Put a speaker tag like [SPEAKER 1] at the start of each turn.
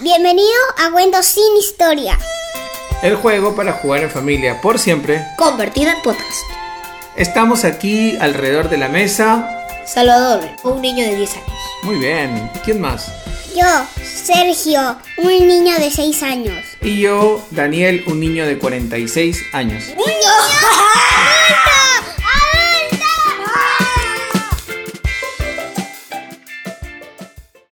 [SPEAKER 1] Bienvenido a Cuentos sin Historia,
[SPEAKER 2] El juego para jugar en familia por siempre.
[SPEAKER 3] Convertido en podcast.
[SPEAKER 2] Estamos aquí alrededor de la mesa.
[SPEAKER 3] Salvador, un niño de 10 años.
[SPEAKER 2] Muy bien. ¿Quién más?
[SPEAKER 1] yo, Sergio, un niño de 6 años.
[SPEAKER 2] Y yo, Daniel, un niño de 46 años.
[SPEAKER 1] ¡Niño!
[SPEAKER 3] ¡Ah!